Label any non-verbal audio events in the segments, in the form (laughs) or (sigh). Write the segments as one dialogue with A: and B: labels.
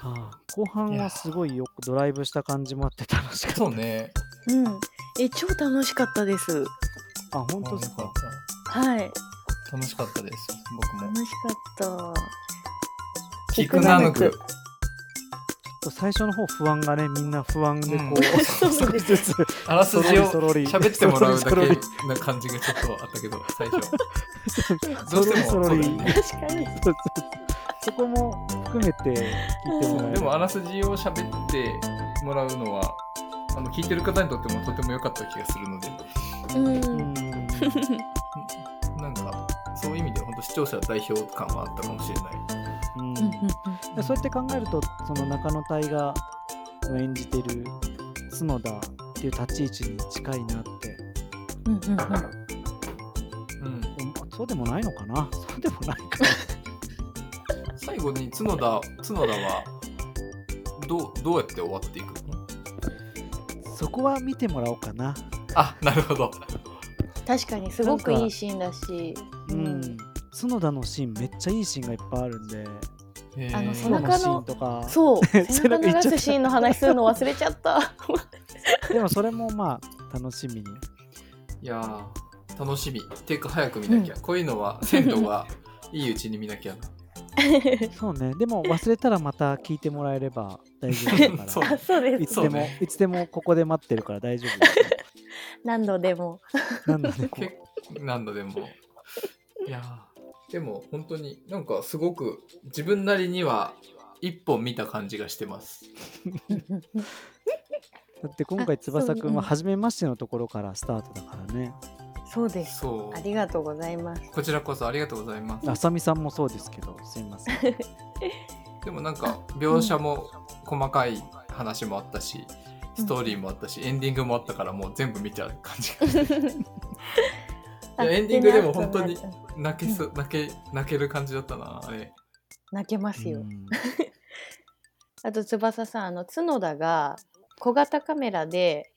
A: ああ、後半
B: い
A: は
B: や。
A: すごいよくドライブした感じもあって楽しかっ
B: そうね。
C: うん。え、超楽しかったです。
A: た。あ、ほん
B: あ
A: と
B: あ、
A: っ
B: よ
A: す
B: かっ
A: か。
C: はい。
B: た。楽しかったです、僕も。
C: 楽しかった。キ
B: 菊
C: クナ
B: ナ
C: ム
B: ヌ
C: ク。
B: ク。
A: ちょっと最初の方不安がね、みんな不安
B: う
A: でこ
B: ん、
A: う、
B: そう
A: 少
B: そう。
A: しずつ、
B: あらす
A: そろ
B: じ
A: り
B: を
A: そろり、
B: 喋って
A: そ
B: も
A: ろ
B: ら
A: り
B: う
A: そ
B: だ
A: ろ
B: け
A: り、
B: な感じがちょっとあったけど、最
A: (laughs)
B: 初。
A: そ
B: ど
A: う
B: し
A: ろ
B: て
A: りそ
B: も
A: ろ
B: そう
A: り、
B: だ
A: そう
B: よね。
C: 確かに。
A: そうそこも含めて聞いても
C: う
A: ら
C: ん。
A: え
B: で
A: れ
B: もあ
A: ば。
B: らすじを喋ってもらうのはあの聞いてる方にとってもとても良かった気がするので
C: う。
A: うんん。
B: んなんかそういう意味で本当視聴者代表感はあったかもしれない。
A: う
C: うんうん
A: ん。
C: うん
A: でそうやって考えると、その中野隊が演じてる角田っていう立ち位置に近いなって
C: うんうんうん
B: うんうん
A: 思う。そうでもないのかなそうでもないかな。
B: 最後に角田角田はどうどうやって終わっていくの
A: そこは見てもらおうかな。
B: あなるほど。
C: 確かにす
A: な
C: ご
A: ん
C: くいい
A: か、
C: シーンだし、
A: う、
C: うんん、
A: 角田のシーンめっちゃいいシーンがいっぱいあるんで
B: へ
C: あの背
A: ソロの
C: 中
A: シーン
C: の
A: とか
C: (laughs) そう背
A: 背
C: 中
A: 中いっ
C: 流
A: ちゃっ
C: すシーンの話するの忘れちゃった
A: たでもそれもまあ楽しみに
B: いやー楽しみ。てか早く見
C: う
B: なんきゃ。こういうのは鮮度がいいうちに見な
C: (laughs)
B: きゃな。
A: そうねでも忘れたらまた聞いてもらえれば大丈夫だから
B: そう
C: あ (laughs) (laughs) そうで
A: い
C: す
A: つ
B: そう
A: で
B: ね
A: も、いつでもここで待ってるから大丈夫ですよ
C: 何度でも (laughs)
A: なんだねも
B: 結構何度でもいやーでも本当になんかすごく自分なりには一本見た感じがしてます
C: うんうんうん
A: だって今
C: あ
A: 回
C: そう
A: 翼
C: ね
A: く
C: うん
A: は
C: ん
A: 初めましてのところからスタートだからね
C: そうです
B: そ
C: あ
B: う
C: りがとうございます
B: こちらこそありがとうございます
A: あさみさんもそうですけどすいません
B: でもなん
C: あ
B: か
C: う
B: 描
C: ん
B: 写も細かい話もあったし
C: う
B: ス
C: ん
B: トーリーもあったしエンディングもあったからもう全部見ちゃう感じがしていやエンディングでも本当に泣けす泣け泣ける感じだったなあれ
C: 泣けま
A: う
C: すよ
A: ん
C: あと翼さんあの角田が小型カメラで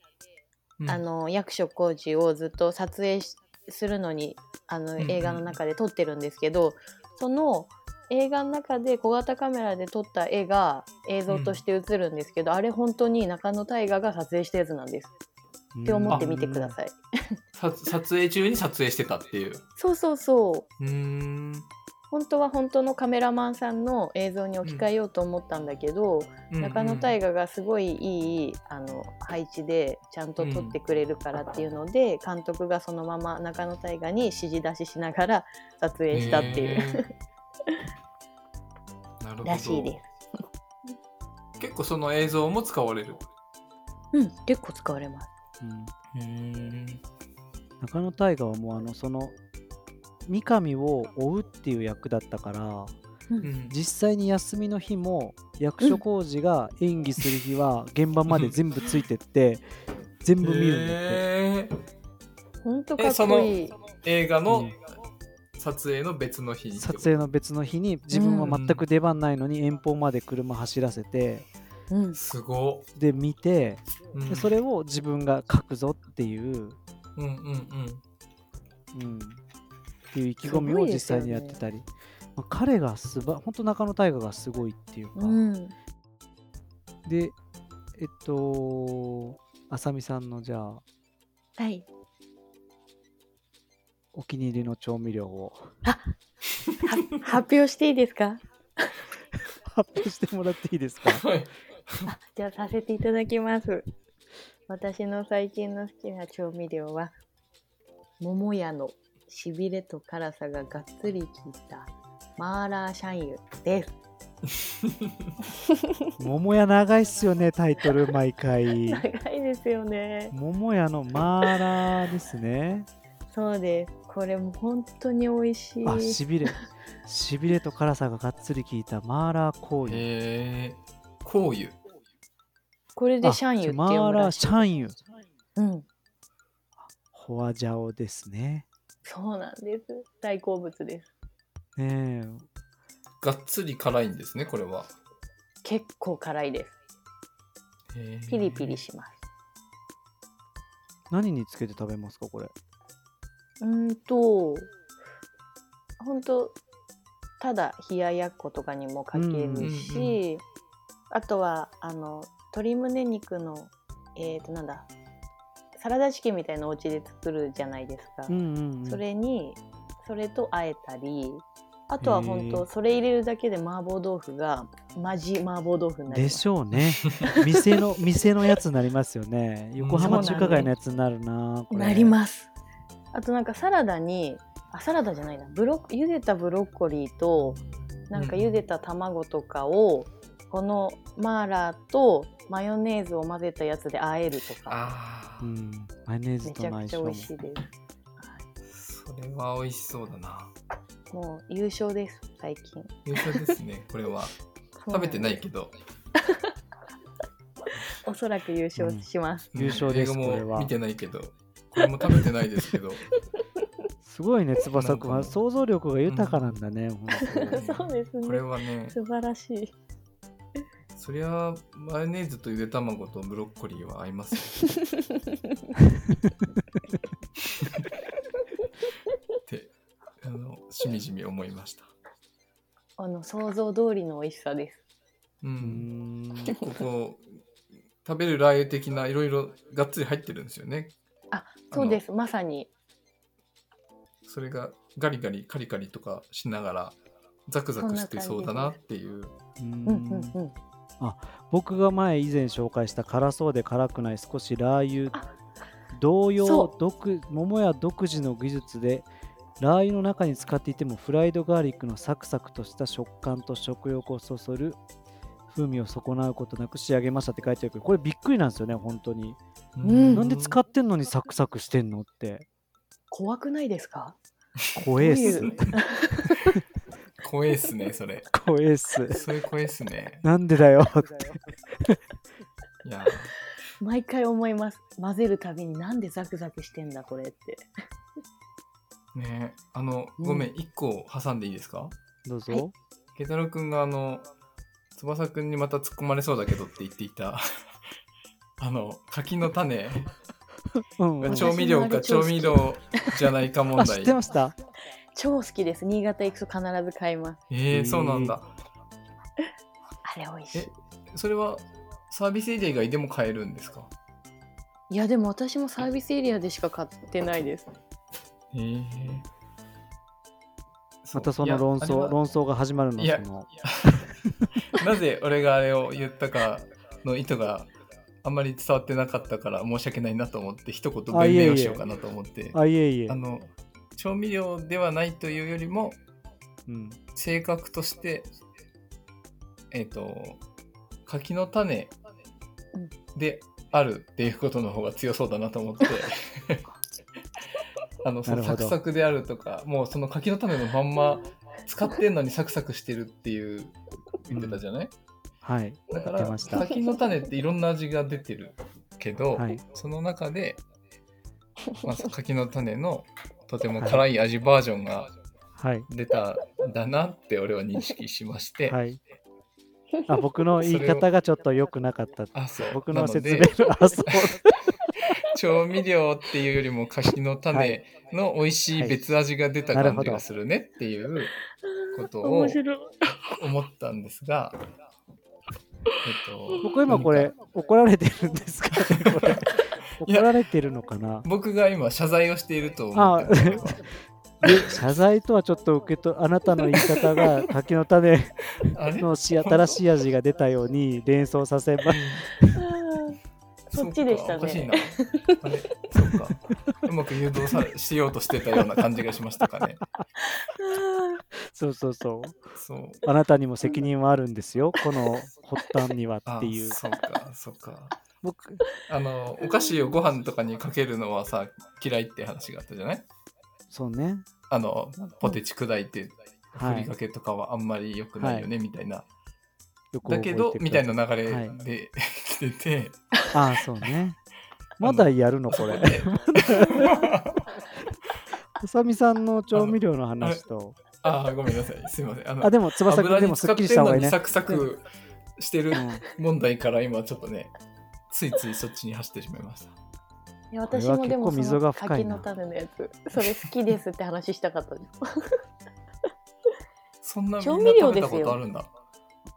B: うん
C: あの役所広司をずっと撮影しするのにあの
B: うんうん
C: 映画の中で撮ってるんですけどその映画の中で小型カメラで撮った絵が映像として映るんですけど、あれ本当に中野大河が撮影したやつなんですって思ってみてください。
B: さ撮影中に撮影してたっていう
C: そうそうそう
B: うーん
C: 本当は本当のカメラマンさんの映像に置き換えようと思ったんだけど、
B: うん
C: 中
B: う
C: 野
B: ん
C: 大河がすごいいいあの配置でちゃんと撮ってくれるからっていうので、監督がそのまま中野大河に指示出ししながら撮影したっていう、
B: へーなるほど
C: らしいです。
B: 結構その映像も使われる
C: うん、結構使われます。
A: うん
B: うん
A: 中野大河はもうあのその三上を追うっていう役だったから
C: う、
B: うんん
A: 実際に休みの日も役所広司が演技する日は現場まで全部ついてって全部見るんだって、
B: えー
C: 本当か
B: え
C: っ
B: そ
C: こ
B: の
C: いい。
B: 映画
A: う
B: の
A: ん
B: 撮影の別の日に
A: 撮影の別の日に自分は全く出番ないのに遠方まで車走らせて
C: うん、
B: すご
A: で見て
B: っ、うん
A: でそれを自分が書くぞっていう、
B: うんうんうん
A: うん、っていう意気込みを実際にやってたり、まあ彼がすば本当中野大河がすごいっていうか、
C: うん、
A: でえっとあさみさんのじゃあ
C: はい。
A: お気に入りの調味料を
C: は発表していいですか？
A: 発表してもらっていいですか
B: はい
C: あ、じゃあさせていただきます。私の最近の好きな調味料は桃屋のしびれと辛さががっつり効いたマーラーシャンユです。
A: (laughs) 桃屋長いっすよねタイトル毎 (laughs) 回
C: 長いですよね。
A: 桃屋のマーラーですね
C: そうです。これも本当に美味しい。
A: あしびれしびれと辛さががっつり効いたマーラー香油
B: へえこういう
C: これで
A: あ
C: シャンユって
A: マ
C: 呼
A: ー
C: ぶ
A: ラー
C: らしい。
A: シャンユ
C: うん、
A: ホアジャオですね
C: そうなんです。大好物です。
A: ねえ
B: がっつり辛いんですねこれは
C: 結構辛いです。
B: へー
C: ピリピリします。
A: 何につけて食べますかこれ
C: うーんと、本当ただ冷ややっことかにもかけるし、
B: うんうんうん
C: あとはあの鶏胸肉のえっ、となんだサラダチキンみたいなお家で作るじゃないですか、
A: うんうんうん、
C: それにそれとあえたりあとは本
A: へ
C: 当
A: ー
C: それ入れるだけで麻婆豆腐がマジ麻婆豆腐になりま
A: ですしょうね店
C: (laughs)
A: の店のやつになりますよね横浜中華街のやつになるなこれ
C: なりますあとなんかサラダにあサラダじゃないなブロッ茹でたブロッコリーとなんか
B: うん
C: 茹でた卵とかを、このマーラーとマヨネーズを混ぜたやつで和えるとか
B: あ
A: う
B: あ、
A: ん、マヨネーズ
C: め
A: と
C: ちゃ
A: の
C: く
A: 相
C: ちゃ
A: 性
C: 美
A: も
C: 味しいで
B: それは美味しそうだな。
C: すもう優勝です最近
B: 優勝ですね、これ
C: (laughs)
B: は。食べてないけど。
C: おそらく優勝します、
A: 優勝です
B: 映
A: これ
B: 画
A: は
B: も見てないけど。これも食べてないですけど。
A: すごいね翼くん
B: なん
A: は
B: かもう
A: 想像力が豊かなんだね、ほんと
C: (laughs)
B: うん
C: そうです
B: これ
C: ね
B: はね、
C: 素晴らしい
B: そりゃマヨネーズとゆで卵とブロッコリーは合いますよ。ってあのしみじみ思いました。
C: あの想像通りの美味しさです
B: う。
A: うんん
B: 結構こう食べるラー油的ないろいろがっつり入ってるんですよね。
C: あそうですまさに
B: それがガリガリカリカリとかしながらザクザクしてそうだなっていう。
A: うん
C: うんうんうん
A: 僕が前以前紹介した辛そうで辛くない少しラー油
C: あ
A: 同様
C: そう
A: 独桃屋独自の技術でラー油の中に使っていてもフライドガーリックのサクサクとした食感と食欲をそそる風味を損なうことなく仕上げましたって書いてあるけどこれびっくりなんですよね本当に、
C: うん
A: なんで使ってんのにサクサクしてんのって
C: 怖くないですか
A: 怖えっす
C: どういう
B: 怖いっすね、それ。
A: 怖えっす
B: そういう怖いっすね。
A: なんでだよって
B: いや、
C: 毎回思います混ぜるたびになんでザクザクしてんだこれって
A: (laughs)
B: ねあの、ごめん、一個挟んでいいですか
A: どうぞ、
C: はい
B: ケタロウくんがあの、翼くんにまた突っ込まれそうだけどって言っていた、 (laughs) あの、柿の種
A: うんうん
B: が調味料か
C: 私
B: 調
C: もあれ
B: 味料じゃない
A: (laughs)
B: か問
A: あ知
B: 題
A: っ。てました
C: 超好きです新潟行くと必ず買います
B: えー、そうなんだ。
C: あれ美味しい
B: えそれはサービスエリア以外でも買えるんですか
C: いやでも私もサービスエリアでしか買ってないです
B: えー、
A: またその論争論争が始まるの
B: いや
A: その
B: (laughs) なぜ俺があれを言ったかの意図があんまり伝わってなかったから申し訳ないなと思って一言
A: あ
B: 弁
A: いえいえ
B: 明をしようかなと思ってあ
A: あいえいえ
B: の調味料ではないというよりも
A: うん
B: 性格としてえっ、と柿の種
C: うん
B: であるっていうことの方が強そうだな
A: (laughs)
B: と思ってあのそ
A: な
B: の
A: る
B: サ
A: ほ
B: ク
A: ど
B: サクであるとかもうその柿の種のまんま使ってんのにサクサクしてるっていう言ってたじゃない、
A: はい
B: だか
A: 言っ
B: ら
A: てました
B: 柿の種っていろんな味が出てるけど、
A: はい
B: その中で、まあ、柿の種のとても辛い味バージョンが
A: はい
B: 出たんだなって俺は認識しまして、
A: はい。あ、僕の言い方がちょっと良くなかった。
B: あそう
A: 僕の説
B: な
A: 明
B: ので
A: が、 (laughs) あ、そう。
B: 調味料っていうよりも柿の
A: は
B: 種
A: い
B: の美味しい別味が出た感じがするねっていうことを
C: 面白い
B: 思ったんですが、えっと、
A: 僕今これ
B: 何か
A: 怒られてるんですかねこれ
B: (laughs) いや
A: 怒られてるのかな
B: 僕が今謝罪をしていると思ってるこれは
A: で謝罪とはちょっと受けとあなたの言い方が柿の種
B: あれ
A: のし新しい味が出たように連想させま
C: そっちでし
B: うか
C: たね
B: おかしいな。あれ、そうか。うまく誘導さしようとしてたような感じがしましたかね。
A: そうそうそう
B: そう。
A: あなたにも責任はあるんですよこの発端には
B: あ
A: っていう
B: そうか、そうか。
A: 僕
B: あの、お菓子をご飯とかにかけるのはさ、嫌いって話があったじゃない
A: そうね
B: あの、ポテチ砕いて、
A: は
B: ふり
A: い
B: かけとかはあんまり良くないよね、みたいな。
A: よく覚
B: だ
A: えて
B: け
A: く
B: ど、みたい
A: ださ
B: な流れで、
A: はい
B: 来てて、
A: ああそう
B: (laughs)
A: ねまだやるのこれ
B: で
A: うさみさんの調味料の話と。
B: (laughs) ああ、ごめんなさい。すいません。あの
A: あ、でも、翼くん
B: 油
A: でも
B: に
A: す
B: 使
A: っ
B: っ
A: きり
B: て
A: した
B: ん
A: 方
B: の
A: がいい
B: に
A: ね。
B: サクサクしてる
A: うん
B: 問題から今ちょっとねついついそっちに走ってしまいました
C: いや私もで
A: これは結構
C: も
A: 溝
C: そ
A: が
C: の
A: 深い
C: 柿
A: な
C: の種のやつそれ好きですって話したかったです
B: そんなみん
C: 調
B: な
C: 味料
B: 食べ
C: で
B: た
C: すよ
B: ことあるんだ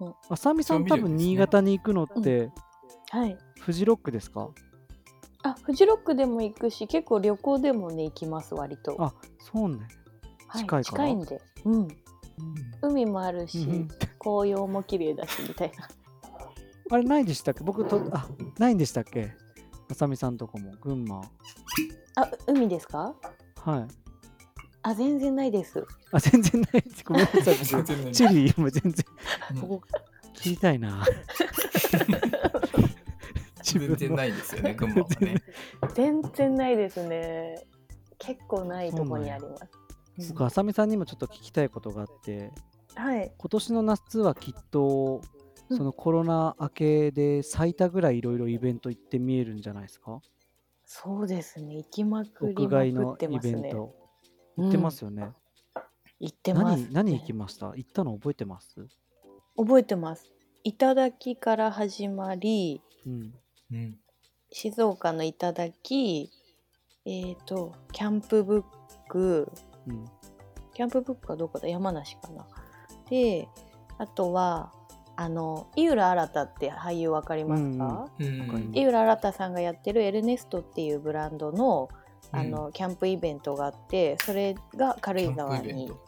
C: うん
A: あさみさん多分新潟に行くのって
C: はい。
A: フジロックですか、
C: あ、フジロックでも行くし、結構旅行でもね、行きます、割と。
A: あそうね
C: はい、
A: 近いから
C: 近いんで。うん。海もあるし、
A: うんうん
C: 紅葉も綺麗だし、みたい
A: (laughs)
C: な。
A: あれないでしたっけ僕とあないんでしたっけあさみさんとこも群馬
C: あ、海ですか
A: はい
C: あ、全然ないです。
A: あ全然ないですごめんなさい
B: 全然ない
A: チリも全然
B: うん
A: ここ聞りたい
B: (laughs)
A: な自分
B: 全
A: の
B: 然ないんですよね、群馬はね。
C: 全然ないですね。結構ないとこにあります。うん
A: 僕あさみさんにもちょっと聞きたいことがあって
C: はい。
A: 今年の夏はきっと
C: うん
A: そのコロナ明けで最多ぐらいいろいろイベント行って見えるんじゃないですか
C: そうですね。行きまくり
A: 屋
C: ま
A: 外
C: く
A: の
C: って
A: イ
C: ます
A: ベ
C: ね。
A: ント行ってま
C: うん。
A: すよね、
C: 行ってます、
A: 何何行きました行ったの覚えてます
C: 覚えてます。頂きから始まり、
A: うん
B: うん
C: 静岡の頂き、えっ、と、キャンプブック、
A: うん
C: キャンプブックはどこだ山梨かな。で、あとは、あの、井浦新って俳優わかりますか、
A: うん
B: うん
A: わかります
C: 井浦新さんがやってるエルネストっていうブランドの
B: うん
C: あの、キャンプイベントがあってそれが軽井
B: キャ
C: 沢
B: ンプイベン
C: に
B: ト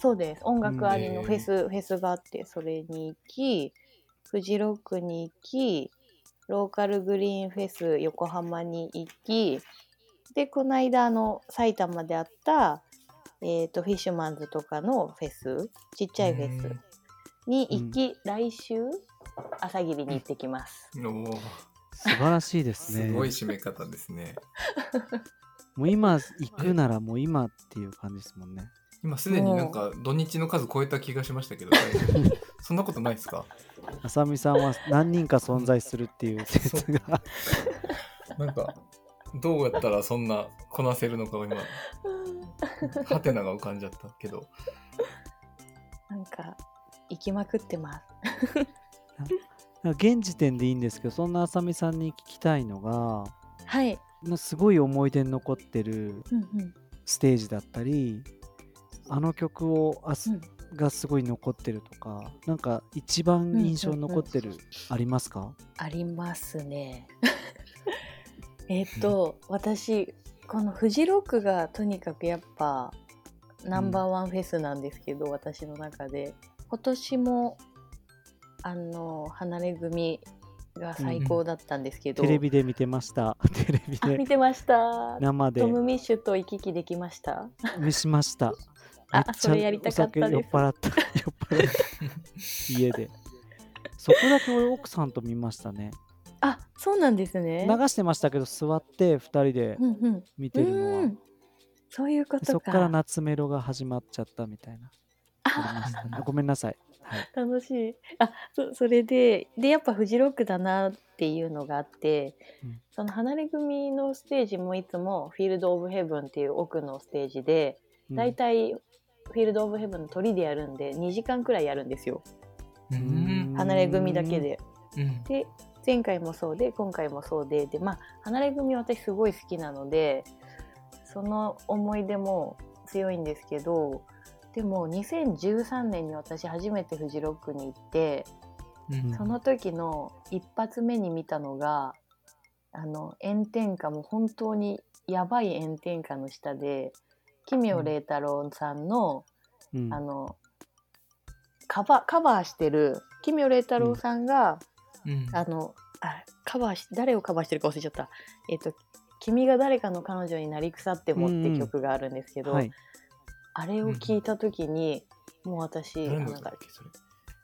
C: そうです音楽あり
B: う
C: の
B: ん
C: フェス、フェスがあってそれに行きフジロックに行きローカルグリーンフェス横浜に行きでこの間あの埼玉であった、えー、とフィッシュマンズとかのフェスちっちゃいフェスに行き、来週朝霧に行ってきます。
B: おー
A: 素晴らしいですね
B: すごい締め方ですね。
A: もう今行くならもう今っていう感じですもんね
B: 今すでになんか土日の数超えた気がしましたけど、大丈夫 (laughs) そんなことないですか
A: あさみさんは何人か存在するっていう説が
B: なんか、どうやったらそんなこなせるのか今、ハテナが浮かんじゃったけど。
C: なんか行きまくってます。
A: 現時点でいいんですけどそんなあさみさんに聞きたいのが
C: はい。
A: もうすごい思い出に残ってる
C: うんうん。
A: ステージだったりあの曲をあす、
C: うん
A: がすごい残ってるとかなんか一番印象に残ってる、
C: うんうん
A: ありますか
C: あります (laughs) ね。えっと私このフジロックがとにかくやっぱナンバーワンフェスなんですけど、私の中で今年もあの離れ組が最高だったんですけど、
A: テレビで見てました
C: (laughs)
A: テレビ
C: あ見
A: で
C: てました。
A: 生で
C: トム・ミッシュと行き来できました。
A: 見しましため
C: あ
A: っちゃ
C: それやりたかったです
A: お酒酔っ払った (laughs) 酔っ払った家でそこだけ俺奥さんと見ましたね
C: あ、そうなんです
A: 流
C: ね。
A: してましたけど座って2人で
C: うんうん。
A: 見てるのは、
C: うんそういうこ
A: で
C: とか。
A: そっから夏メロが始まっちゃったみたいなありましたねごめんなさい、はい、
C: 楽しいあそそれででやっぱフジロックだなっていうのがあって、
A: うん
C: その離れ組のステージもいつもフィールド・オブ・ヘブンっていう奥のステージで
A: うん
C: だいたいフィールド・オブ・ヘブンの鳥でやるんで2時間くらいやるんですよ
B: う。
A: うん
C: 離れ組だけで。
B: うん
C: で前回もそうで今回もそうででまあ離れ組私すごい好きなのでその思い出も強いんですけどでも2013年に私初めてフジロックに行って
B: うん
C: その時の一発目に見たのがあの炎天下もう本当にやばい炎天下の下で奇妙麗太郎さんの,、
A: うん
C: あのカバーカバーしてる奇妙麗太郎さんが、
B: うん
C: あのあカバーし誰をカバーしてるか忘れちゃった「えっと君が誰かの彼女になり腐っても」っ
A: うんう
C: て
A: ん
C: 曲があるんですけど、
A: はい、
C: あれを聞いた時に、もう私あ
B: 誰の
C: の
B: 歌
C: なん
B: だ
C: か
B: っけそれ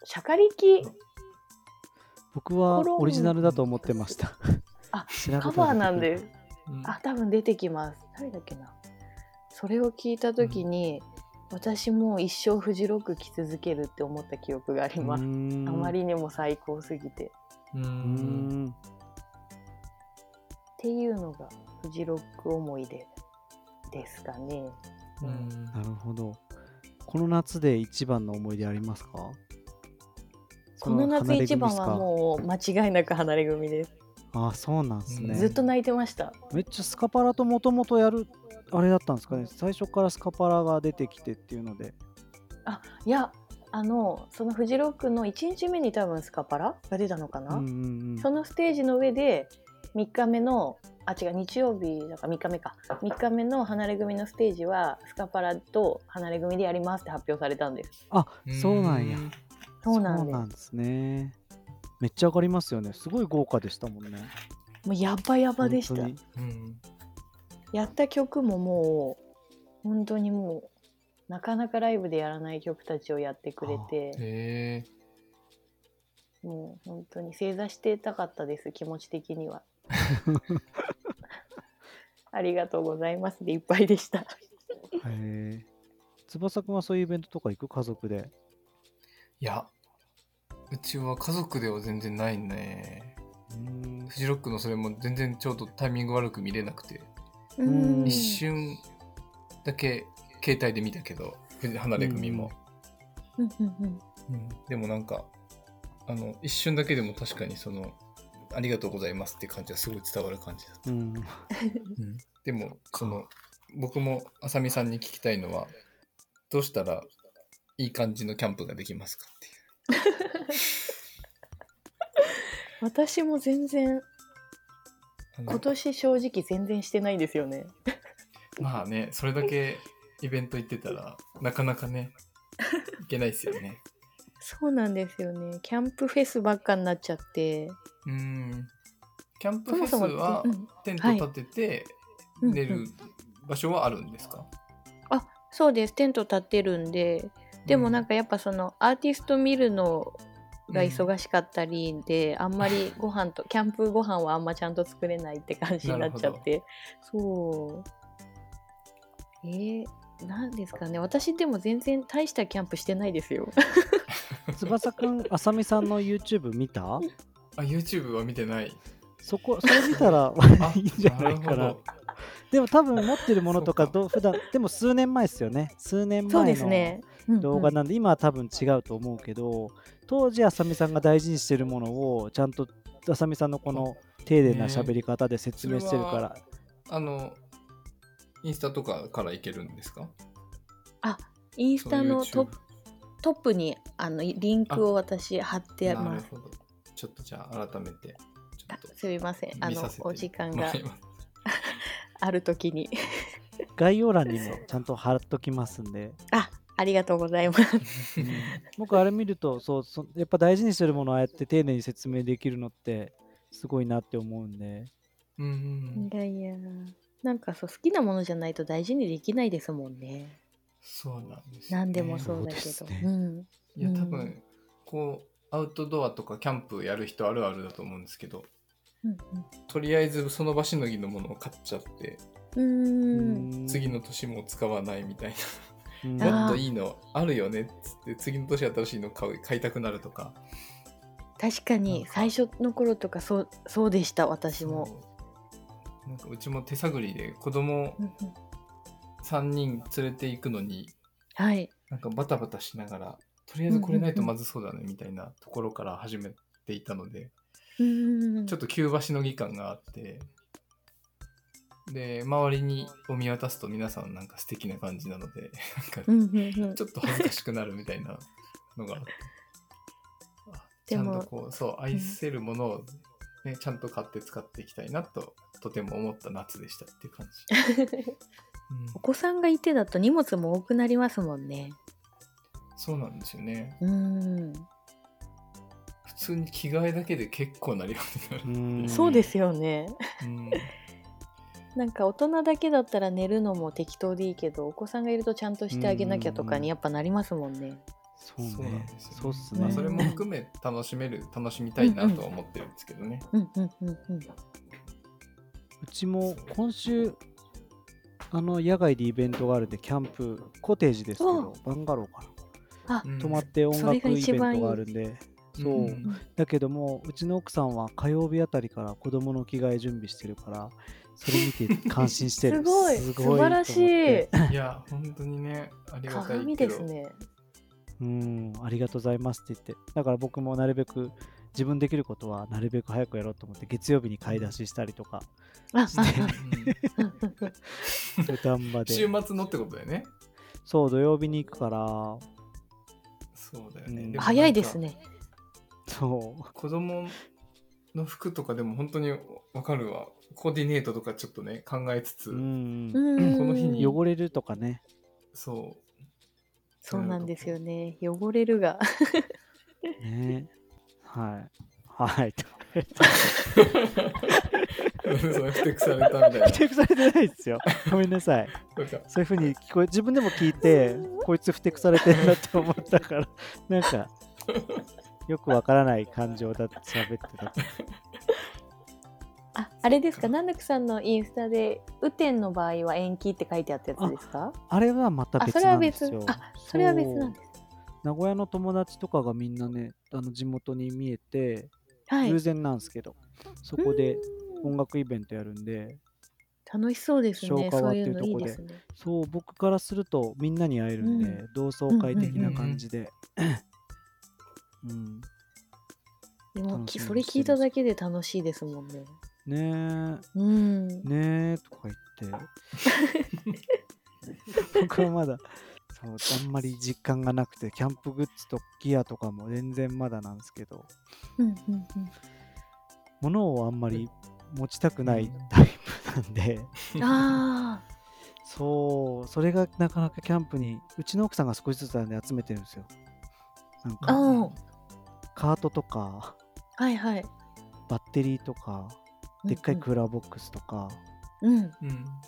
C: シャカリキ
A: 僕は
C: コロン
A: オリジナルだと思ってました
C: あ
A: 調べたら出てく
C: カ
A: る
C: バーなんです。
B: うん
C: あ多分出てきます誰だっけなそれを聞いた時に、私もう一生フジロック着続けるって思った記憶があります、
A: うーん
C: あまりにも最高すぎてっ
B: う
A: うー
B: ん。
A: ん
C: ていうのがフジロック思い出ですかね
B: うん
A: なるほどこの夏で一番の思い出ありますか
C: この夏
A: 離れ組
C: 一
A: で
C: 番
A: すか
C: はもう間違いなく離れ組です、
A: あそうなんですね
B: うん
C: ずっと泣いてました
A: めっちゃスカパラともともとやるあれだったんですかね最初からスカパラが出てきてっていうので
C: あいやあのそのフジロックの1日目に多分スカパラが出たのかな、
A: うんうん
C: そのステージの上で3日目のあ違う日曜日だから3日目か3日目の離れ組のステージはスカパラと離れ組でやりますって発表されたんです
A: あそうなんや。
C: そうなん
A: で
C: です
A: すね。めっちゃ上がりますよね。すごい豪華でしたもんね。
C: もうやばやばでした
A: 本当に
B: うん。
C: やった曲ももう本当にもうなかなかライブでやらない曲たちをやってくれて
B: へえ。
C: もう本当に正座してたかったです気持ち的にはありがとうございますでいっぱいでした
A: へえ。翼くんはそういうイベントとか行く家族で。
B: いや、うちは家族では全然ないね。
A: うん
B: フジロックのそれも全然ちょうどタイミング悪く見れなくて、
A: うん
B: 一瞬だけ携帯で見たけど、離れ組も。
C: うんうん
B: う
C: うん
B: んでもなんか、あの、一瞬だけでも確かにその、ありがとうございますって感じはすごい伝わる感じだった。
A: うん。 (laughs)
B: でもその僕もあさみさんに聞きたいのはどうしたらいい感じのキャンプができますかっていう
C: 私も全然
B: あの
C: 今年正直全然してないんですよね
B: まあねそれだけイベント行ってたらなかなか (laughs) ねいけないですよね
C: そうなんですよねキャンプフェスばっかになっちゃって
B: うんキャンプ
C: そ
B: フ
C: も
B: ェス
C: そも
B: は
C: うん
B: テント立てて
C: うん
B: 寝る場所はあるんですか
C: そうですテント立ってるんででもなんかやっぱそのアーティスト見るのが忙しかったりで、あん
B: (laughs)
C: まりご飯とキャンプご飯はあんまちゃんと作れないって感じになっちゃってそうえー、なんですかね私でも全然大したキャンプしてないですよ
A: 翼くん、あさみさんの YouTube 見た
B: あ YouTube は見て
C: (laughs)
B: ない
A: そ (laughs) こ、それ見たらいいんじゃないか
B: なる
A: な
B: ほ。
A: でも多分持ってるものとか、
B: そうか
A: どう普段でも数年前ですよね。数年
C: そう
A: 前
C: です
A: の
C: ねうんうん
A: 動画なんで、今は多分違うと思うけど、当時、あさみさんが大事にしてるものを、ちゃんとあさみさんのこの丁寧な喋り方で説明してるから、
B: どあのインスタとかから行けるんですか
C: インスタの
B: YouTube
C: トップトップにあのリンクを私貼って
B: な
C: ま
B: る
C: す
B: ほど。ちょっとじゃあ改めて、ちょ
C: あ
B: っと
C: すみませんあ
B: 見
C: の
B: させて
C: お時間
B: も
C: が
B: らいます
C: ある時に (laughs)
A: 概要欄にもちゃんと貼っときますんで、
C: あありがとうございます
A: 僕、あれ見るとそうそ、やっぱ大事にしてるものをああやって丁寧に説明できるのって、すごいなって思うんで、
B: うんうん、
C: いやいやなんかそう好きなものじゃないと大事にできないですもんね
B: そうなんです、ね。
C: 何でもそうだけ
A: そ
C: ど
A: うですね
C: うん
B: いや、
C: うん
B: 多分、こう、アウトドアとかキャンプやる人あるあるだと思うんですけど、
C: うん
B: とりあえずその場しのぎのものを買っちゃって、
C: うんうーん
B: 次の年も使わないみたい
A: うん
B: な、もっ
C: あー
B: といいのあるよねっつって、次の年新しいの買う買いたくなるとか。
C: 確かに最初の頃とかそうそうでした私も
B: そうなんかうちも手探りで子供
C: うんうん
B: 3人連れて行くのに
C: はい
B: なんかバタバタしながら、とりあえずこれないとまずそうだねみたいなところから始めていたので、
C: うん
B: ちょっと急場しのぎ感があって、で、周りにを見渡すと皆さんなんか素敵な感じなので、なん
C: う
B: か
C: んうんうん
B: ちょっと恥ずかしくなるみたいなのがあって、あち
C: (laughs) で
B: ゃん
C: も
B: とこう、そう、愛せるものを、ね、ちゃんと買って使っていきたいなと、とても思った夏でしたっていう感じ。
C: (laughs)
B: うん
C: (laughs) お子さんがいてだと荷物も多くなりますもんね
B: そうなんですよね。
C: うん
B: 普通に着替えだけで結構な量になる。
A: うん
C: そうですよね (laughs)
B: うん
C: なんか大人だけだったら寝るのも適当でいいけどお子さんがいるとちゃんとしてあげなきゃとかにやっぱなりますもんね
A: そう
B: そうなん
A: ね
B: ですよ、ね。
A: そうっす
B: まあ
A: ね。
B: それも含め楽しめる、楽しみたいなとは思ってるんですけどね。
C: うんうんうんうん
A: うちも今週、あの野外でイベントがあるんで、キャンプ、コテージですけど、バンガローか
C: あ
B: うん
A: な。泊まって音楽イ
C: そ
A: ベン
C: れが一番いい
A: トがあるんで、そう。
B: ん
A: だけども、うちの奥さんは火曜日あたりから子供の着替え準備してるから、それ見て感心してる。
C: (laughs) すごい
A: すご
C: 素晴らしい
A: と思って
B: いや、本当にね、ありがたいけど。
C: 鏡ですね
A: うん、ありがとうございますって言って。だから僕もなるべく、自分できることはなるべく早くやろうと思って、月曜日に買い出ししたりと
C: (laughs)
A: か、
C: あ
A: し
C: あ
A: て、
C: (laughs)
B: うん
A: 土壇場で。
B: 週末のってことだよね。
A: そう、土曜日に行くから、
B: そそうだよ
A: うん
B: ね。も
C: 早いです
B: なんか。
C: ね。
A: そう。
B: 子供の服とかでも本当にわかるわ。コーディネートとかちょっとね、考えつつ、
A: うん
C: う。ん。
B: この日に
A: 汚れるとかね。
B: そう。
C: そうなんですよね。汚れるが。 (laughs)
A: ね。はい。 (laughs) はい。
B: そうふてくされたみたいな
A: 否。定されて (laughs) ないですよ。ごめんなさい。
B: なんか
A: そういうふうに聞こえ、自分でも聞い
C: (laughs)
A: て、こいつふてくされてるなって思ったから、なんか、よくわからない感情だって喋ってた。
C: あ、あれですか。南クさんのインスタで雨天の場合は延期って書いてあったやつですか？
A: あれはまた
C: あ、
A: 別
C: それは
A: なんです
C: 別
A: よ。。
C: あ、それは別なん
A: そう
C: です。
A: 名古屋の友達とかがみんなね、あの地元に見えて、
C: はい。
A: 偶然なんですけど、そこで音楽イベントやるんで、
C: 楽しそうですね。
A: 消化は
C: そ
A: っ
C: う
A: て
C: い
A: いうう
C: の
A: と
C: いい
A: こで
C: ですね。
A: そう、僕からするとみんなに会えるんで、
C: う
A: 同窓会的な感じで。うん。
C: でも
A: 楽し
C: き
A: みに
C: それ聞いただけで楽しいですもんね。
A: ねえ。
C: うん。
A: ねえとか言って。僕はまだそう、あんまり実感がなくて、キャンプグッズとギアとかも全然まだなんですけど、
C: うんうんうん
A: 物をあんまり持ちたくないタイプなんで、
C: (laughs) ああ、
A: そう、それがなかなかキャンプに、うちの奥さんが少しずつなんで集めてるんですよ。なんか
C: あ
A: カートとか、
C: はいはい。
A: バッテリーとか、でっかいクーラーボックスとか、
C: うんうん。
B: うん。
A: う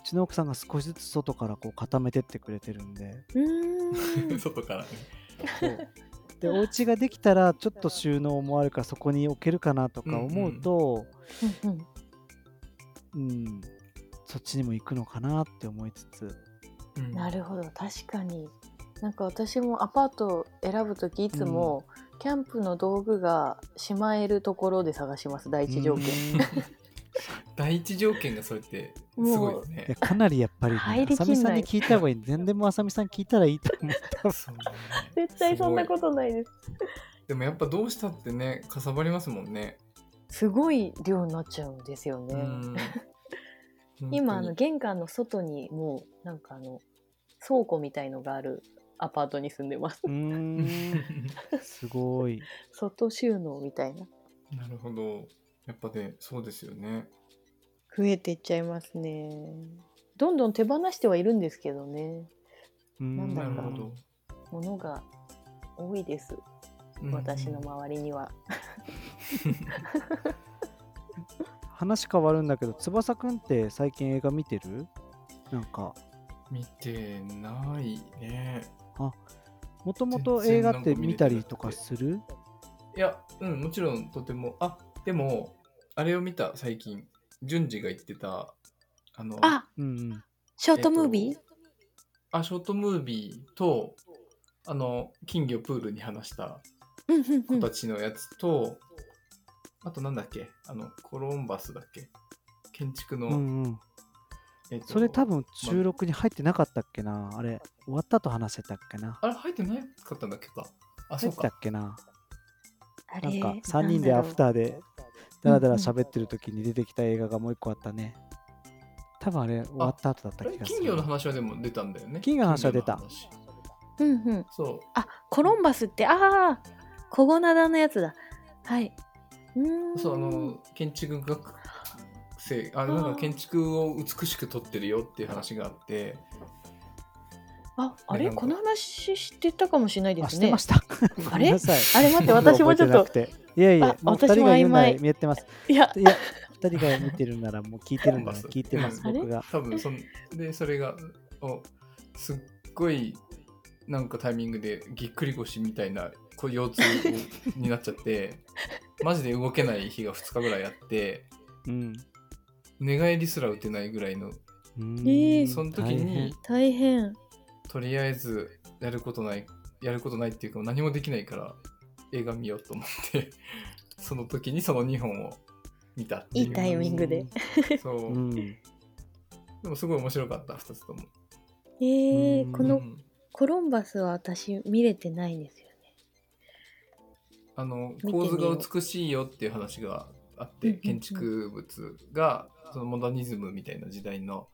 A: ちの奥さんが少しずつ外からこう固めてってくれてるんで、
C: うん。うーん
B: 外からね。
A: そうでお家ができたらちょっと収納もあるからそこに置けるかなとか思うと、(laughs)
C: うんうん
A: うんそっちにも行くのかなって思いつつ
B: うん
C: なるほど確かになんか私もアパート選ぶ時いつも、キャンプの道具がしまえるところで探します第一条
A: う
C: 件、
A: んい
B: (laughs) 第一条件がそれってすごいよね
A: や。かなりやっぱり
C: 入
A: ね
C: りきんな
A: 浅
C: い
A: 見さんに聞いた方がいい全然もう浅見さん聞いたらいいと思った
B: そうね
C: 絶対そんなことないです
B: でもやっぱどうしたってねかさばりますもんね。
C: すごい量になっちゃうんですよね、
B: うん
C: 今あの
B: 本
C: 玄関の外にもうなんかあの倉庫みたいのがあるアパートに住んでます
A: (laughs) うー
B: 当に
A: んすごい
C: 外収納みたいな
B: なるほど。やっぱねそうですよね。
C: 増えていっちゃいますねどんどん手放してはいるんですけどね
A: うーん
C: なんだ
B: な
C: ろ
B: る
C: う
B: ほど。
C: 物が多いです
B: うん
C: 私の周りには
A: 話変わるんだけど翼くんって最近映画見てるなんか
B: 見てないね。
A: もともと映
B: 全然
A: 画
B: なん
A: っ
B: か
A: て見たり
B: 見れて
A: と
B: なくて
A: かする
B: いやうんもちろんとてもあでもあれを見た最近順次が言ってたあの
C: あ
A: うんうん
C: ショートムー
B: え
C: ビー、
B: っとあショートムービーとあの金魚プールに話した
C: うんうんう
B: 子
C: ん
B: たちのやつと、あとなんだっけあのコロンバスだっけ建築の、
A: うんうん
B: えっと
A: それ多分収録に入ってなかったっけなあれ終わったと話せたっけな
B: あれ入ってないかったんだっけかあそ
A: 入っ
B: う
A: てた
B: か
A: っけな
C: あ
A: な
C: れ
A: んか3人でアフターでダラダラ喋ってる時に出てきた映画がもう一個あったね多分あれ終わった後だっ
B: あ
A: た
B: れ
A: 気がする
B: 金魚の話はでも出たんだよね
A: 金魚の話は出た
B: 金魚の話
C: うんうん、
B: そう
C: あコロンバスってああコゴナダのやつだはいうーん
B: そうあの建築学生あなん
C: あー
B: か建築を美しく撮ってるよっていう話があって
C: ああれ
B: なんか
C: この話してたかもしれないで
A: あ
C: す
A: して
C: ね
A: ました
C: (laughs) あ
A: ご
C: れ
A: めんなさい
C: あれ待って私もちょっと
A: 覚えてなくていやいや
C: あ
A: もう2
C: 私
A: 人
C: も
A: が言うなら
C: 曖昧
A: 見えてます
C: (laughs) いや
A: いや2人が見てるならもう聞いて
C: (laughs)
A: るんだな
B: コロンバス
A: 聞いてます
C: うん
A: 僕が
B: 多分そんでそれがおすっごいなんかタイミングでぎっくり腰みたいなこう腰痛をになっちゃってマジで動けない日が2日ぐらいあって
A: うん
B: 寝返りすら打てないぐらいの
A: うーん
C: えー
B: その時
A: 大変
B: に
C: 大変
B: とりあえずやることないやることないっていうか何もできないから映画見ようと思ってその時にその2本を見たって
C: い
B: いう
C: いタイミングで
B: (laughs) そう、
A: うん
B: でもすごい面白かった2つとも
C: えー、
A: うん
C: こ
B: う
C: の
B: ん
C: コロンバスは私見れてないんですよね
B: あの
C: みよ
B: 構
C: う
B: 図が美しいよっていう話があっ
C: うん
B: て
C: うんうん
B: 建築物がそのモダニズムみたいな時代の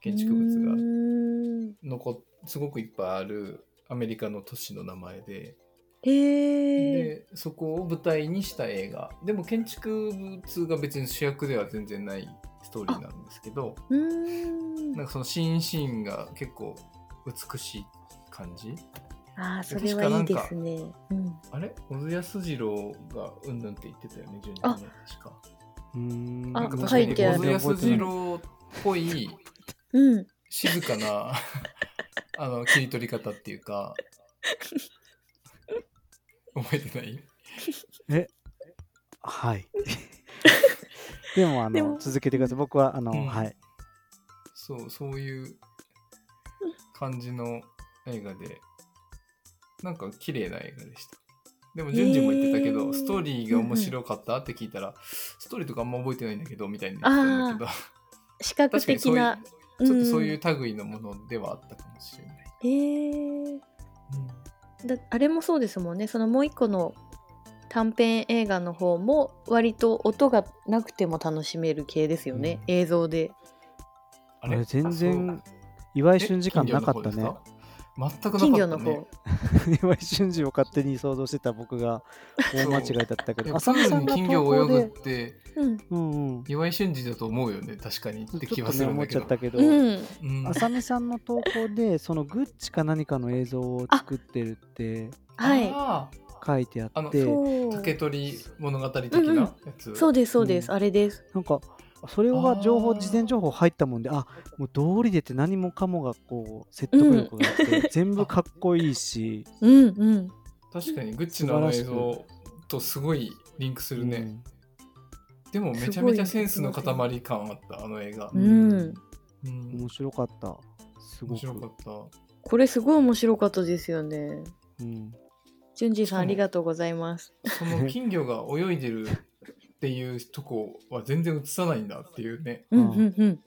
B: 建築物
C: う
B: が
C: ーん
B: 残っすごくいっぱいあるアメリカの都市の名前で
C: へえ。
B: でそこを舞台にした映画でも建築物が別に主役では全然ないストーリーなんですけど
C: うー。
B: なんんかそのシーンシーンが結構美しい感じ
C: ああ、それはいいですね。うん。
B: あれ小津安二郎がうんぬんって言ってたよね順にね確か
A: うーん
C: あ
B: なんか確
C: 書
B: か
C: い
B: に
C: てある
B: 小津安二郎っぽい
C: うん。
B: 静か
C: (laughs)
B: なあの切り取り方っていうか覚えてない
A: はい (laughs) でもあ
C: で
A: の
C: も
A: 続けてください僕はあの、
B: うん
A: はい
B: そうそういう感じの映画でなんか綺麗な映画でしたでも順次も言ってたけど、
C: へー
B: ストーリーが面白かったって聞いたら、ストーリーとかあんま覚えてないんだけどみたいに言
C: あ
B: って
C: ー
B: たんだけど
C: 視覚
B: 確かにそう
C: 的
B: い
C: な。
B: うちょっとそうい
C: うん
B: う類のものではあったかもしれない、
C: へえ。だあれもそうですもんねそのもう一個の短編映画の方も割と音がなくても楽しめる系ですよね、
B: う
C: 映像で
A: あれ全
B: そう
A: 然岩井俊二感なかった
B: え金魚
A: ね
B: の方ですか全くなか
C: 金魚の
B: った
C: 方、
B: ね
A: (laughs) 岩井俊二を勝手に想像してた僕が大間違いだったけ
B: い
A: ど
B: や
A: 浅
B: プ
A: 見
B: ー
A: さん
B: ルに
A: が投
B: 金魚
A: 稿
B: 泳ぐ
A: で
B: って
C: うん
A: うんうん
B: 岩井俊二だと思うよね確かにっ
A: ち
B: て気
A: ょ
B: は
A: っと
B: す
A: ね
B: るん
A: 思っ
B: だけ
A: ちゃ
B: ど
A: ったけど、
C: うん
B: うん
A: 浅見さんの投稿でそのグッチか何かの映像を作ってるって
C: はい
B: あー
A: 書いてあ
B: あ
A: っ
B: の
A: て
C: そう
B: 竹取物語的
C: うんうん
B: なやつ、
C: そうですそうです、
A: うん
C: あれです
A: なんかそれは情報
B: あー
A: 事前情報入ったもんであもう道理でって何もかもがこう説得力があって、全部かっこいいし、
C: うんうん
B: 確かにグッチのあの
A: 素晴
B: 映像とすごいリンクする
A: う
B: ね、
A: ん
B: でもめちゃめちゃセンスの塊感あったあの映画
A: う
C: うんん、
B: うん
A: 面白かったすご
B: 面
A: く、
B: 白かった
C: これすごい面白かったですよね
A: うん、
C: 淳二さん
B: しかも
C: ありがとうございます
B: その金魚が泳いでるっていうとこは全然映さないんだっていうね
C: うんうん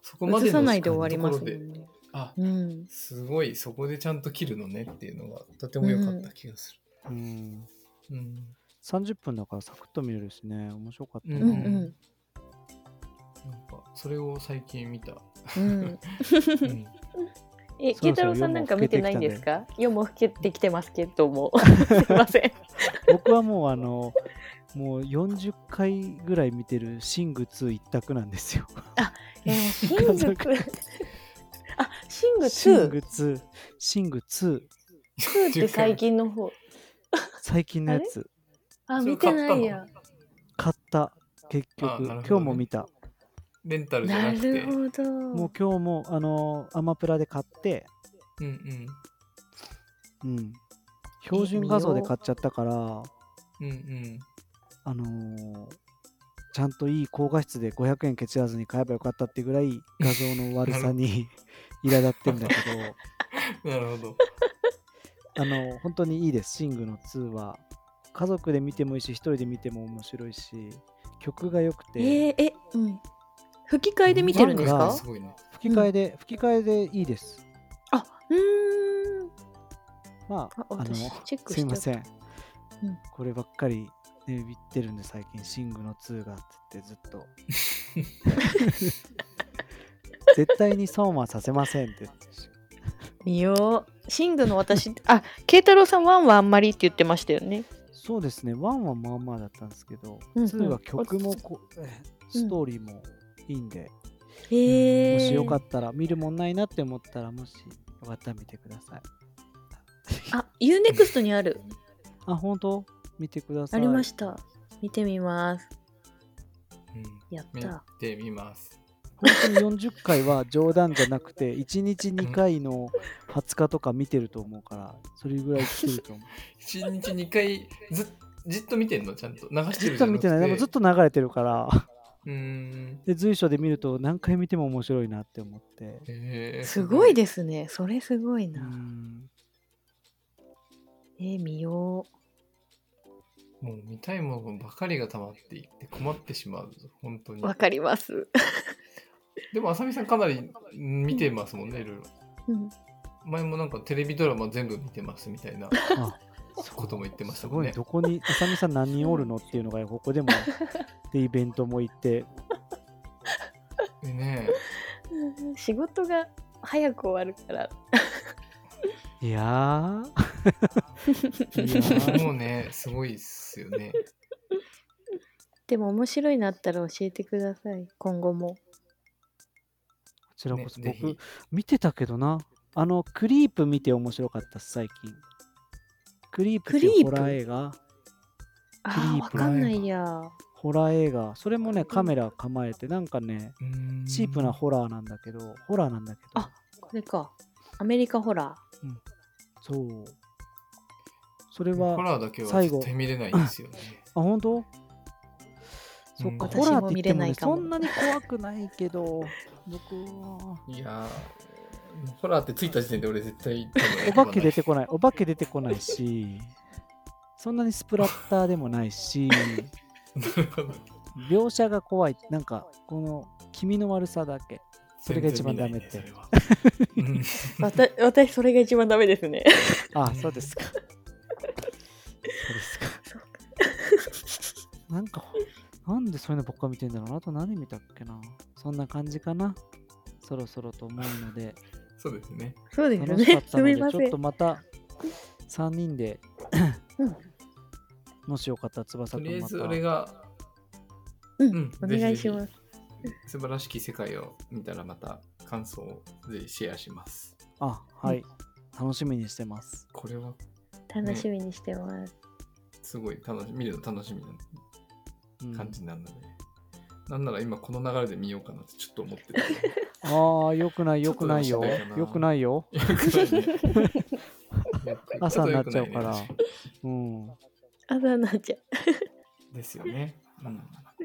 B: そこ
C: う
B: ま
C: ん
B: で
C: 映
B: の
C: さないで終わります
B: と
C: も
B: ころで
C: んね
B: あ
C: うん
B: すごいそこでちゃんと切るのねっていうのがとても良かった気がす
A: うん、
B: る、うん
A: 30分だからサクッと見れるしね面白かったな、
B: う
C: うん
B: ん
C: うん
B: なんかそれを最近見た、
C: うん、
B: うん
C: え、
A: そろそろ
C: 慶太郎さんなんか見てないんですか夜も更けてきてますけどもすいません
A: 僕はもうあのもう40回ぐらい見てる「シング2」一択なんですよ。
C: えー、シング
A: 家族
C: 2あシング
A: シング
C: 2,
A: 2、シング2、
C: 2って最近の方
A: 最近のやつ、
C: あ
B: それ
C: 見てないや
A: 買った、結
B: あ
A: 局、
B: なる
A: 今
B: ほどね
A: 日も見た。
B: レンタルじゃ
C: な
B: なくて
C: るほど
A: もう今日も、あのーアマプラで買って、
B: うんうん
A: うん、標準画像で買っちゃったから、
B: うんうん
A: あのーちゃんといい高画質で500円ケチらずに買えばよかったってぐらい画像の悪さに (laughs) 苛立ってんだけど、
B: なるほど。
A: あの本当にいいです、シングの2は。家族で見てもいいし、一人で見ても面白いし、曲が良くて、
C: えー、え、うん、吹き替えで見てるんです
A: なんか
C: か
B: すごいね。
A: 吹き替えで、吹き替えでいいです。
C: あうーん
A: まあ
C: あ、
A: あの、
C: 私チェック
A: すいま
C: し
A: せ
C: て
A: ん、
C: うん
A: こればっかり、ね、言ってるんで、最近、シングの2がってってずっと。絶対に損はさせませんって言って
C: 見ようシングの私 (laughs) あ慶太郎さんワンはあんまりって言ってましたよね
A: そうですね、1はまあまあだったんですけど、
C: うんうん
A: 2は曲もこうえストーリーもいいんで、
C: へえ
A: もしよかったら、見るもんないなって思ったら、もしよかったら見てください。
C: あ UNEXT にある
A: あ、本当見てくださ
C: あ
A: い。
C: りました見てみます
B: うん
C: やっ
B: 見
C: た
B: てみます。
A: 本当に40回は冗談じゃなくて1日2回の20日とか見てると思うからそれぐらい来てると (laughs) 思う
B: 一日二回ずっじっと見てんのちゃんと流して
A: ずっ
B: るじゃ
A: と
B: なく
A: 見
B: て。
A: てないでもずっと流れてるから
B: うーん。
A: で随所で見ると何回見ても面白いなって思って
B: へー
C: すごい。ですねそれすごいうな、
A: ん
C: えー見よう
B: もう見たいものばかりが溜まっていって困ってしまうぞ本当に。
C: わかります。
B: でもあさみさんかなり見てますもんねいろいろ。
C: (laughs) うん、
B: 前もなんかテレビドラマ全部見てますみた
C: (laughs)
B: いな (laughs)
A: あ
B: ことも言ってまし
A: す
B: たも
A: ご
B: ん
A: い
B: ね。
A: どこにあさみさん何人おるのっていうのがここで
B: (laughs)
A: もでイベントも行って
B: でね
C: 仕事が早く終わるから。
A: いやーいや
B: いや
A: ー
B: もうねすごいっすよ
A: (laughs)
B: ね
C: (laughs) でも面白いなったら教えてください。今後も。
A: こちらこそ
B: ねぜ
A: 僕
B: ひ
A: 見てたけどなあのクリープ見て面白かったっす最近クリープっていうホ
C: クリープ
A: ラー映画
C: ああ、
A: ク
C: わ
A: リープ
C: かんないや。
A: ホラー映画それもねカメラ構えてなんかね
B: うーん
A: チープなホラーなんだけどホラーなんだけど
C: あこれか。アメリカホラ
A: そうそれ
B: ホ
A: はあ
B: ラーだけは
A: 最後
B: 絶対見れないんです
A: (laughs)
B: よね
A: 本当そっか、
B: うん
A: ホラーって言っても,、ね、
C: 私も見れないかも
A: そんなに怖くないけど僕はい
B: やーホラーってついた時点で俺絶対
A: お化け出てこない、お化け出てこないし、そんなにスプラッターでもないし、描写が怖い、なんか、この気味の悪さだけ。それが一番ダメって
B: (laughs) 全然見ないねそ
C: ー。わた (laughs) 私、それが一番ダメですね。
A: あ、そうですか。そうですか。 (laughs) なんか、なんでそういうのばっか見てんだろうな、あと何見たっけな。そんな感じかな。そろそろと思うので、
B: れはそうですね
A: (laughs)
C: そうです
A: 楽しか
C: ね
A: っ。た
C: (laughs) す
A: ので、ち
C: みませ
A: ょっ
C: ん
A: と。また3人で
C: うん、
A: もしよかったら翼
B: と
A: く
B: りあえ
A: んま
B: ず
A: た
B: 俺が
C: うん、
B: う
C: お
B: んぜひ
C: 願い
B: ぜひ
C: します。
B: 素晴らしき世界を見たらまた感想をぜひシェアします。
A: あ、はい。楽しみにしてます。
B: これは
C: 楽しみにしてます。
B: すごい楽し見るの楽しみ
A: うん
B: な感じになるので、なんなら今この流れで見ようかなってちょっと思ってた。
A: ああ、よくない、
B: ちょ
A: よ
B: っと
A: くないよ
B: でもしないか。な
A: よくないよ。
B: よくないねよく
A: 朝になっちゃうから
B: ちょっと良くないね
A: うん。
C: 朝になっちゃう。
B: ですよね。うん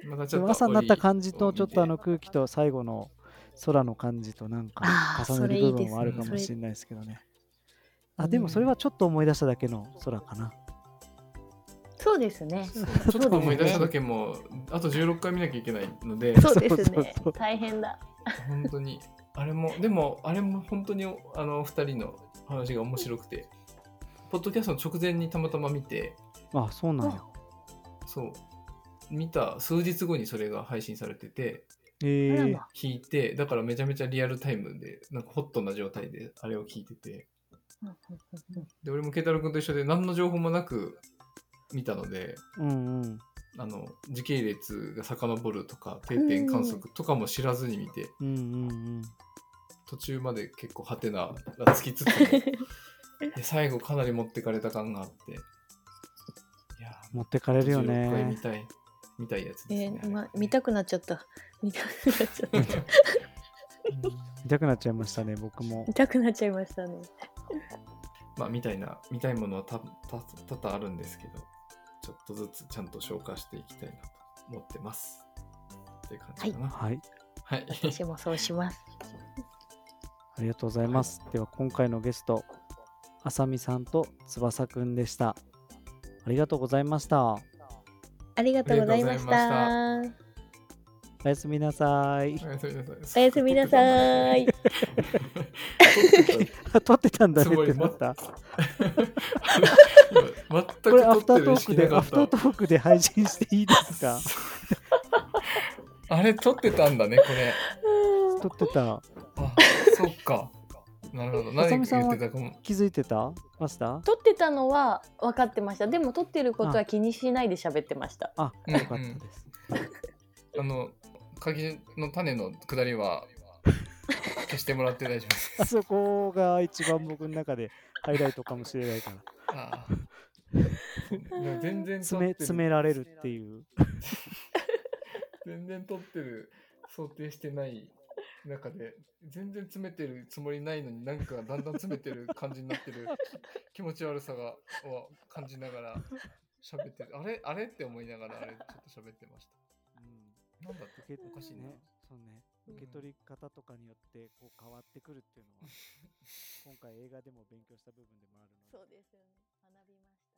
B: またち
A: で
B: ょっ
A: も
B: と
A: 朝になった感じ
B: 折
A: と、
B: り
A: ちょっとあの空気と最後の空の感じとなんか
C: あ
A: 重
C: ー
A: ね
C: それい
A: る
C: い
A: 部
C: ですね
A: 分もあるかもしれないですけどね。あ、で
B: う
A: も
B: ん
A: それはちょっと思い出しただけの空かな。
C: そうですね。
B: ちょっと思い出しただけもあと16回見なきゃいけない
A: (laughs)
B: ので
C: そうです
A: そう
C: ね
A: そうそう。
C: 大変 (laughs) だ。
B: 本当にあれもでもあれも本当にあの二人の話が面白くてポッドキャストの直前にたまたま見て
A: あ、そうなんや。
B: そう見た数日後にそれが配信されてて
A: え
C: あら
A: え
C: ま
B: 聞いてだからめちゃめちゃリアルタイムでなんかホットな状態であれを聞いてて
C: うんうんうん
B: で俺も慶太郎君と一緒で何の情報もなく見たので
A: うんうん。
B: あの時系列が遡るとか定点観測とかも知らずに見て
A: うんうん
B: 途中まで結構ハテナがつきつつもで最後かなり持ってかれた感があっていやー
A: 持ってかれるよ
B: 16回見
A: ね。
B: たい見たいやつ
C: え
B: ですね、
C: ーま、見たくなっちゃった。見たくなっちゃった。
A: 痛くなっちゃいましたね、僕も
C: 見。たくなっちゃいましたね。
B: (laughs) まあ、みたいな、見たいものはたた多々あるんですけど、ちょっとずつちゃんと消化していきたいなと思ってます。っていう感じかな。
A: はい。
B: はい。
C: 私もそうします。
A: ありがとうございます。では今回のゲスト、あさみさんと翼くんでした。ありがとうございました。
C: ありがとうございまし
B: あ
C: た。
A: おやすみなさ
B: (laughs)
A: い。
B: おやすみなさい。
C: おやすみなさ (laughs) い。
A: 撮ってたんだ
B: す
A: ね
B: ご
A: って
B: い
A: なった。こ
B: 今全
A: れアフ
B: く
A: タ
B: 撮
A: ート
B: ってる意
A: ーク
B: 識
A: で
B: な、か
A: ア
B: っ
A: フタート
B: た。
A: ークで配信していいですか
B: (laughs) あれ撮ってたんだね、これ。
A: 撮ってた。
B: あ、そっか。なるほど。
A: あさ
B: 何
A: みさん
B: 言
A: は
B: ってたかも。
A: 気づいてたマスター
C: 撮ってたのは分かってました。でも撮ってることは気にしないで喋ってました。
A: あ、
B: うん
A: よかったです。
B: あの、鍵の種の下りは消してもらって大丈夫です。
A: あそこが一番僕の中でハイライトかもしれないから。
B: ああ全然撮っ (laughs)
A: 詰め
B: て
A: 詰め
B: る
A: られるっていう。
B: 全然撮ってる想定してない中で全然詰めてるつもりないのになんかだんだん詰めてる感じになってる気持ち悪さがを感じなが
A: (laughs)
B: ら喋ってるあれあれって思いながらあれちょっと喋ってましたなんだっておかしいね
A: ね。そうね。受け取り方とかによってこう変わって (laughs) くるっていうのは、今回映画でも勉強した部分でもあるので。
C: そうですよね。学びました。